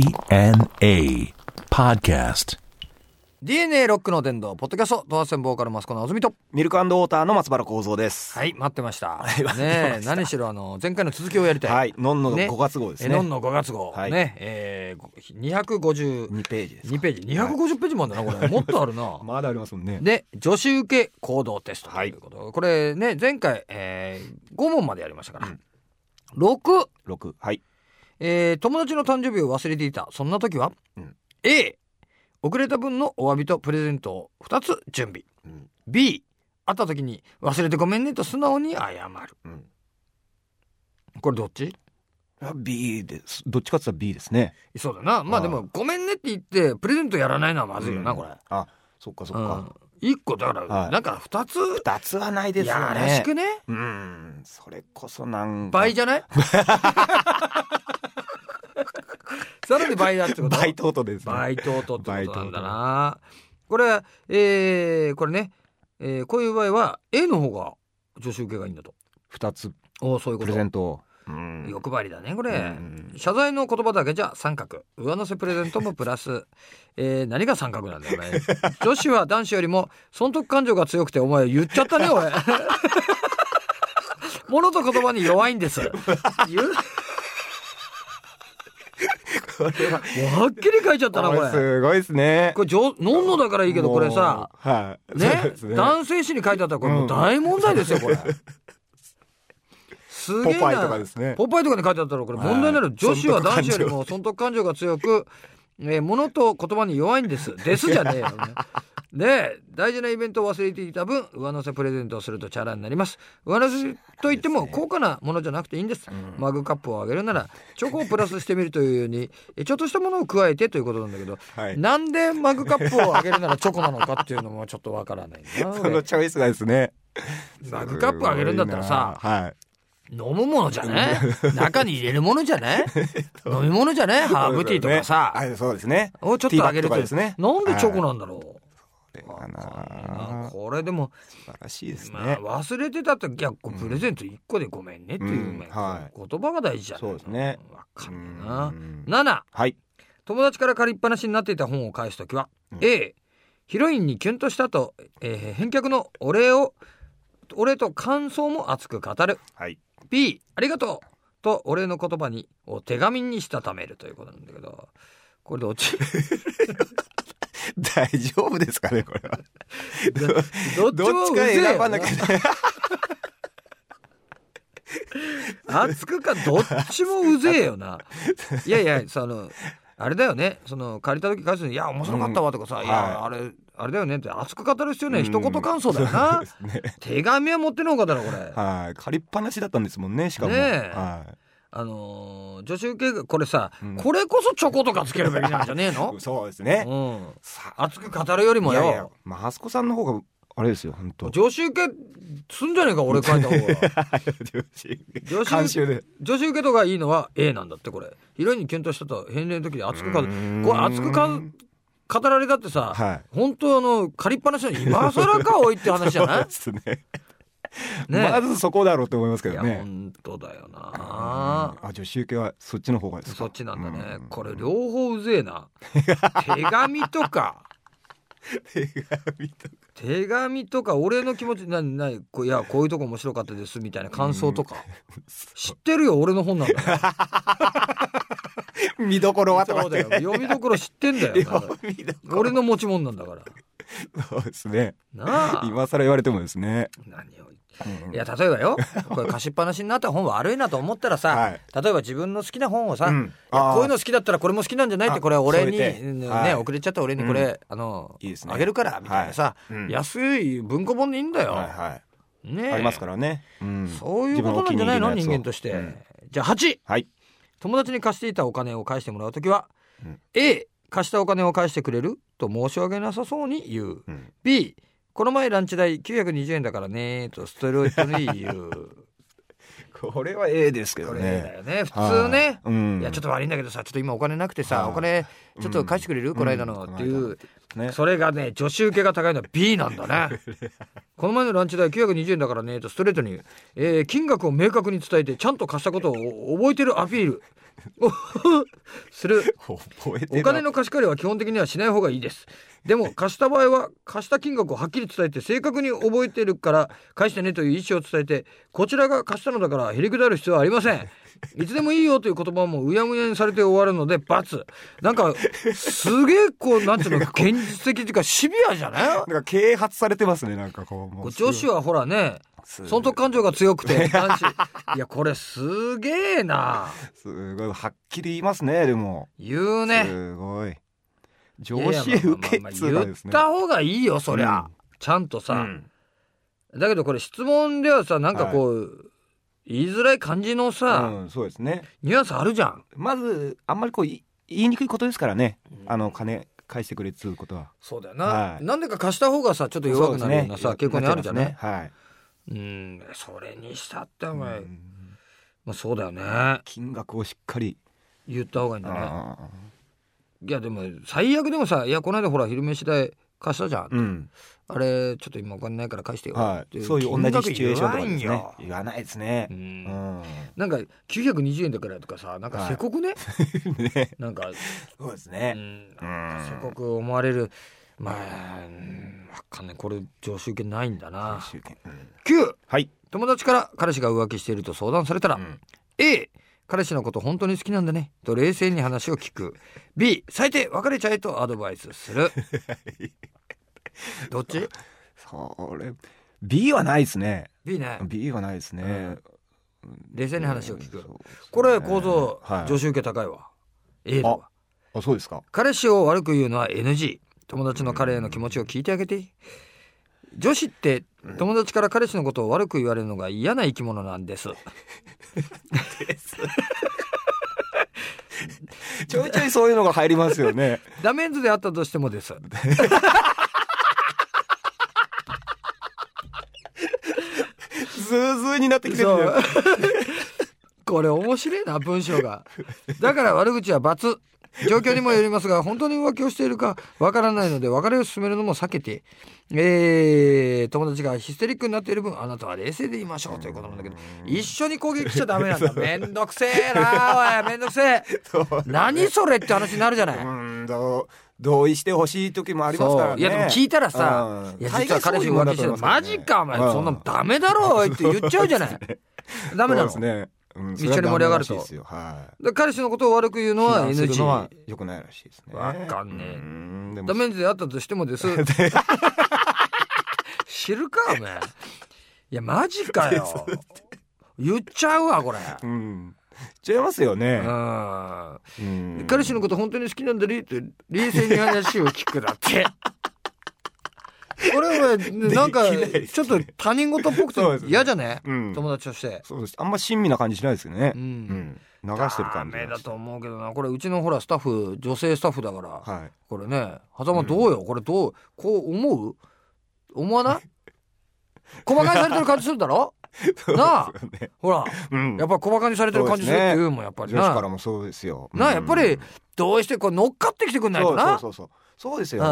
DNA Podcast. DNA ロックの殿堂ポッドキャストドアセンボーカルマスコのあずみとミルクウォーターの松原幸三で す。はい待ってましたい待ってましたねえ何しろあの前回の続きをやりたいはいのんのね5月号ですえね。のんの5月号はいねえー252 2ページです。ページ250ページもあるんだなこれもっとあるな まだありますもんね。で女子受け行動テストということこれね前回え5問までやりましたからうん6 6はい。えー友達の誕生日を忘れていたそんな時は、うん A 遅れた分のお詫びとプレゼントを2つ準備、うん B 会った時に「忘れてごめんね」と素直に謝るうんこれどっち B です。どっちかって言ったら B ですね。そうだなまああでーも「ごめんね」って言ってプレゼントやらないのはまずいよな、うんこれ、あそっかそっうか。ん、1個だから、はいなんか2つ2つはないですよね。やらしくねうんそれこそなんか倍じゃ ないさらに倍だってこと倍トートですね。バイトを取ってことなんだな。これ、えー、これね、えー、こういう場合は A の方が助手受けがいいんだと。 2つおお、そういうこプとレ。ゼントを。うん欲張りだねこうれん謝罪の言葉だけじゃ三角上乗せプレゼントもプラス、えー、何が三角なんだよね 女子は男子よりも損得感情が強くてお前言っちゃったねおい 物と言葉に弱いんです言うこれははっきり書いちゃったなここれれすごいですね。これ上のんのだからいいけどこれさもうはい。そうねですね男性誌に書いてあったらこれもう大問題ですよ これ。すげえなポパイとかですねポパイとかに書いてあったらこれ問題になはるい女子は男損得感子情よりも損得感情が強く、えー、物と言葉に弱いんですですじゃねえ よ、ね。で大事なイベントを忘れていた分上乗せプレゼントをするとチャラになります上乗せといっても高価なものじゃなくていいんです、マグカップをあげるならチョコをプラスしてみるというようにえちょっとしたものを加えてということなんだけど、はいなんでマグカップをあげる ならチョコなのかっていうのもちょっとわからないなその俺チョイスがですね。マグカップあげるんだったらさすごいなはい。飲むものじゃ ね中に入れるものじゃね飲み物じゃねハーブティーとかさ、はい、そうですね。をちょっとあげるとティーバッグとかですねなんでチョコなんだろこれう、はまあなこれでも、素晴らしいですね。まあ、忘れてたっていやこうプレゼント1個でごめんねっていう、うんまあは言葉が大事じゃないそうですねわかんねえなうん7はい。友達から借りっぱなしになっていた本を返すときは、A ヒロインにキュンとしたと、えー返却のお礼をお礼と感想も熱く語るはい。 B ありがとうとお礼の言葉にを手紙にしたためるということなんだけどこれどっち 大丈夫ですかね、これは。 どっちどもっうちかぜえ選ばよななきゃ。熱くかどっちもうぜえよ ないやいやそのあれだよねその借りた時返すのに「いや面白かったわ」とかさ「うんいや、はあれあれだよね」って熱く語る必要ないうん一言感想だよな、そうですね手紙は持ってのほかだろこれ、 はい。借りっぱなしだったんですもんね、しかも。ねえはい。あのー女子受けこれさ、うん、これこそチョコとかつけるべきなんじゃねえのそうですね。うん、さ熱く語るよりもいよやいや、マスコさんの方が、あれですよ、本当。 女子受けすんじゃねえか俺書いた方が上司監修で。女子受けとかいいのは A なんだってこれヒロインにキュンとしたと返礼の時で熱く語るうーんこれ熱くか語られたってさ、はい本当あの借りっぱなしの今更かおいって話じゃない そうですね。ねまずそこだろうと思いますけいどやね。本当だよあなあ、女子受けはそっちの方がですかそっちなんだねうこれ両方うぜえ な手紙とか手紙とか手紙とか俺の気持ちなになにこういやこういうとこ面白かったですみたいな感想とか知ってるよ俺の本なんだ から見どころはとかそうだよね。読みどころ知ってんだよな 見どころ俺の持ち物なんだからそうですね。なあ今更言われてもですね。何を言っていや例えばよこれ貸しっぱなしになった本悪いなと思ったらさ、はい例えば自分の好きな本をさ、うんいやあーこういうの好きだったらこれも好きなんじゃないってこれあ俺に添えてね、はい遅れちゃった俺にこれ、あのいいですねあげるからみたいなさ、はいうん安い文庫本でいいんだよ、はいはねい。えありますからね。うんそういうことなんじゃないの自人分お気に入りやつを間として、うんじゃあ8はい。友達に貸していたお金を返してもらうときは、うん A 貸したお金を返してくれると申し訳なさそうに言う、うん B この前ランチ代920円だからねとストレートに言 うこれは A ですけこどれだね。よね普通ね、はいうんいやちょっと悪いんだけどさちょっと今お金なくてさ、はいお金ちょっと返してくれる、うんこの間の、うんっていうね。それがね女子受けが高いのは B なんだ ねこの前のランチ代920円だからねとストレートに、えー金額を明確に伝えてちゃんと貸したことを覚えてるアピールをする覚えておる金の貸し借りは基本的にはしない方がいいですでも貸した場合は貸した金額をはっきり伝えて正確に覚えてるから返してねという意思を伝えてこちらが貸したのだからへりくだる必要はありませんいつでもいいよという言葉もうやむやにされて終わるので×なんかすげえこうなんていうの現実的っていうかシビアじゃないなんか啓発されてますね、なんかこう。もう女子はほらねす損得感情が強くて男子いやこれすげえなすごい、はっきり言いますね、でも。言うねすごい。い上やいや司へ受けまあまあまあ継がです言ねっ。た方がいいよそりゃ、うんちゃんとさ、うんだけどこれ質問ではさなんかこう、言いづらい感じのさ、うん、そうですね。ニュアンスあるじゃんまず、あんまりこう、い言いにくいことですからねう。んあの、金返してくれっつうことは。そうだよな、はいなんでか貸した方がさちょっと弱くなるようなそさ、うです傾向にあるじゃないっちますねうんそれにしたっておは前、い。まあ、そうだよね金額をしっかり。言った方がいいんだねあーいやでも最悪でもさ「いやこの間ほら昼飯代貸したじゃん」うん。あれちょっと今お金ないから返してよ」はい。そういう同じシチュエーションとかです金額言わんよ。ね言わないですねう。うんん。なんか920円だからとかさなんかせこくね、 ね。なんかそうですうね。んうんすごく思われるまあうんわかんないこれ常習権ないんだな集計うん9はい。友達から彼氏が浮気していると相談されたら、うん A 彼氏のこと本当に好きなんだねと冷静に話を聞く B 最低別れちゃえとアドバイスす るどっちそれ B はないですね。 B ね B はないですね。冷静に話を聞く、うんそうですねこれ構造、はい常習受け高いわ A だわあそうですか。彼氏を悪く言うのは NG 友達の彼への気持ちを聞いてあげて女子って友達から彼氏のことを悪く言われるのが嫌な生き物なんですちょいちょいそういうのが入りますよ ね。ダメンズであったとしてもですズーズーになってきてるそんだうよ。 これ面白いな文章がだから悪口は罰状況にもよりますが本当に浮気をしているかわからないので別れを進めるのも避けて、えー友達がヒステリックになっている分あなたは冷静でいましょうということなんだけど一緒に攻撃しちゃダメなんだめんどくせえなおいめんどくせえそう何それって話になるじゃない。うんどう同意してほしい時もありますからそうね。いやでも聞いたらさ「うんいや実は彼氏浮気してるマジかお前そんなの。ダメだろおい」って言っちゃうじゃないダ大メ概なそういうものだと思いますからねそうの、ですね。うん一緒に盛り上がるとそれはダメらしいですよはい。だから彼氏のことを悪く言うのは避難する NG のは良くないらしいですね。わかんねえねえダメンズであったとしてもです 知るかお前いやマジか よ言っちゃうわこれうん。違いますようね。んうん彼氏のこと本当に好きなんだねって冷静に話を聞くだって。これはなんかできないですねちょっと他人事っぽくそうでてすね嫌じゃねうん友達として。そうです。あんま親身な感じしないですよね。ううんん。流してるダ感じ。メだと。思うけどなこれうちのほらスタッフ女性スタッフだからはい。これね狭間どうよこれどうこう思う思わない細かにされてる感じするだ ろなあそうですよねほらうん。やっぱり細かにされてる感じするっていうもんやっぱり女子からなもそうですよ。なうんやっぱりどうしてこう乗っかってきてくんないそとうそうなそうそう。そうですよ。う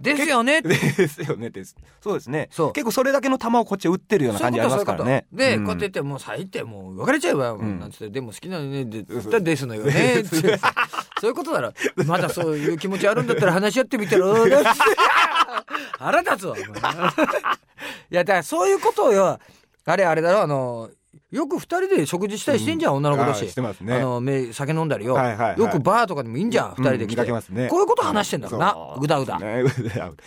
うですよねん。ですよね。です。そうですね。そう結構それだけの球をこっち打ってるようなそう感いうじあことそういうこりますからとね。で、んこうやって言ってもう最低もう別れちゃえば、んなんつってでも好きなのねでそうそうだです のよねっていうそういうことだろまだそういう気持ちあるんだったら話し合ってみたら 腹立つわお前いやだからそういうことをよあれあれだろあのよく二人で食事したりしてんじゃん、女の子だあーししてますねあのめ酒飲んだりよ、はいはいはいよくバーとかでもいいんじゃん、二人で来うん見てかけますねこういうこと話してんだろうなそうぐだぐだ。ねうだうだ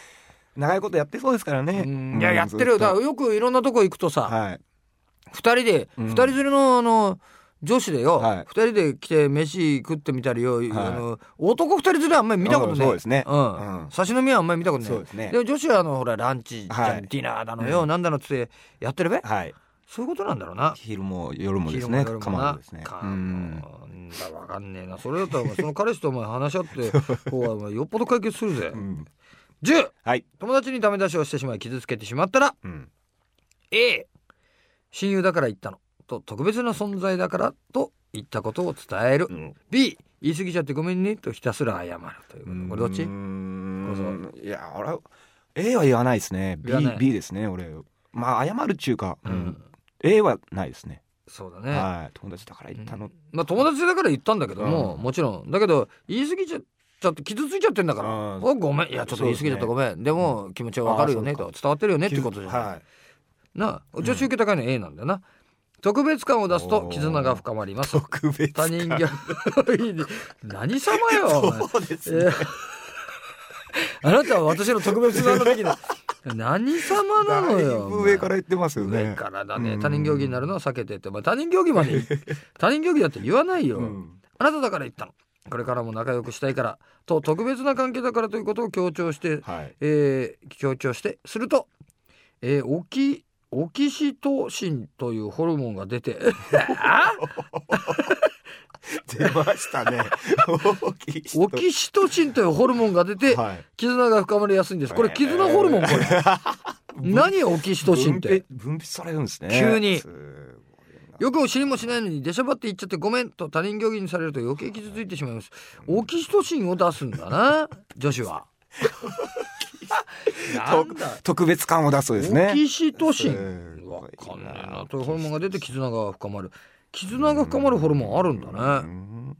長いことやってそうですからね。うんうんいややってるよだかずらよくいろんなとこ行くとさ、っとはい。二人でう二ん人連れのあの女子でよ、はい二人で来て飯食ってみたりよ、あの男二人連れはあんまり見たことない、うんそうですねうんうん差し飲みはあんまり見たことないそうですねも女子はあのほらランチじゃん、はいディナーだのよ、なんだのっつってやってるべ、はい。そういうことなんだろうな昼も夜もですね。昼も夜も構わなずですね。かうん。うんだわかんねえなそれだったらお前その彼氏とお前話し合っ て方がお前よっぽど解決するぜ、うん10はい。友達にダメ出しをしてしまい傷つけてしまったらうん。 A 親友だから言ったのと特別な存在だからと言ったことを伝える、うん B 言い過ぎちゃってごめんねとひたすら謝るということこれどっちうーんこそ、うんいや俺は A は言わないですね B, 言わない B ですね俺まあ謝るっちゅうか、ううんん、 A はないですねそうだね、はい友達だから言ったの、まあ友達だから言ったんだけども、うんもちろんだけど言い過ぎちゃちょっと傷ついちゃってんだからう「んおごめんいやちょっと言い過ぎちゃったそごうめんでも気持ちはわかるよね」あーそとう伝わってるよねってことじゃない、はいなあ女子受け高いの A なんだよな、特別感を出すとおー絆が深まります特別他人ギャグ 何様よお前そうですえー あなたは私の特別なあの時の何様なのよ。だいぶ上から言ってますよね上からだね。うん他人行儀になるのは避けてって、まあ、他人行儀まで他人行儀だって言わないよ、うんあなただから言ったの。これからも仲良くしたいからと特別な関係だからということを強調して、はいえー強調してすると、えーオキオキシトシンというホルモンが出て あ出ました ね大きい人オキシトシンというホルモンが出て、はい絆が深まりやすいんです。これ絆ホルモンこ れ。何オキシトシンって。分泌分泌されるんですね急にすごいなよく知りもしないのに出しゃばって言っちゃってごめんと他人行儀にされると余計傷ついてしまいます。オキシトシンを出すんだな、女子 は。なんだ。特別感を出すそうですねオキシトシすン。わごいかんねえな。というホルモンが出て絆が深まる。絆が深まるホルモンあるんだうね。ん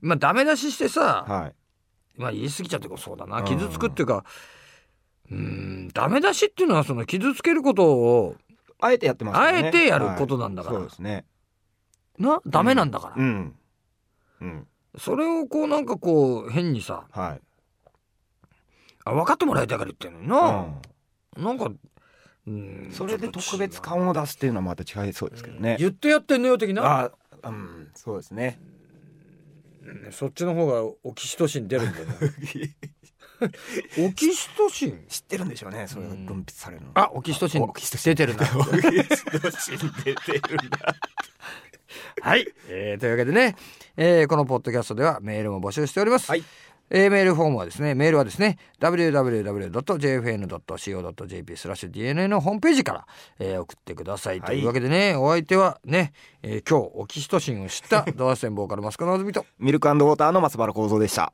まあダメ出ししてさ、はいまあ言い過ぎちゃってこそうだなうん傷つくっていうかうーんダメ出しっていうのはその傷つけることをあえてやってますよねあえてやることなんだからはいそうですねなダメなんだから、うんうんそれをこうなんかこう変にさはいあ分かってもらいたいから言ってんのにうな、んなんかうんそれで特別ちょっ感を出すっていうのはまた違いそうですけどと違うなね。言ってやってんのよ的なあ、うん、そうですね。 そっちの方がオキシトシン出るん だよねオキシトシン知ってるんでしょうね。それが分泌されるの。あオキシトシンオキシト出シてるな オキシトシン出てるんだ。はい、えーというわけでね、えーこのポッドキャストではメールも募集しております、はいえーメールフォームはですねメールはですね www.jfn.co.jp スラッシュ DNA のホームページから、えー送ってください、はいというわけでねお相手はね、えー今日オキシトシンを知ったドアステンボーカルマスカのあずみとミルクウォーターの松原幸三でした。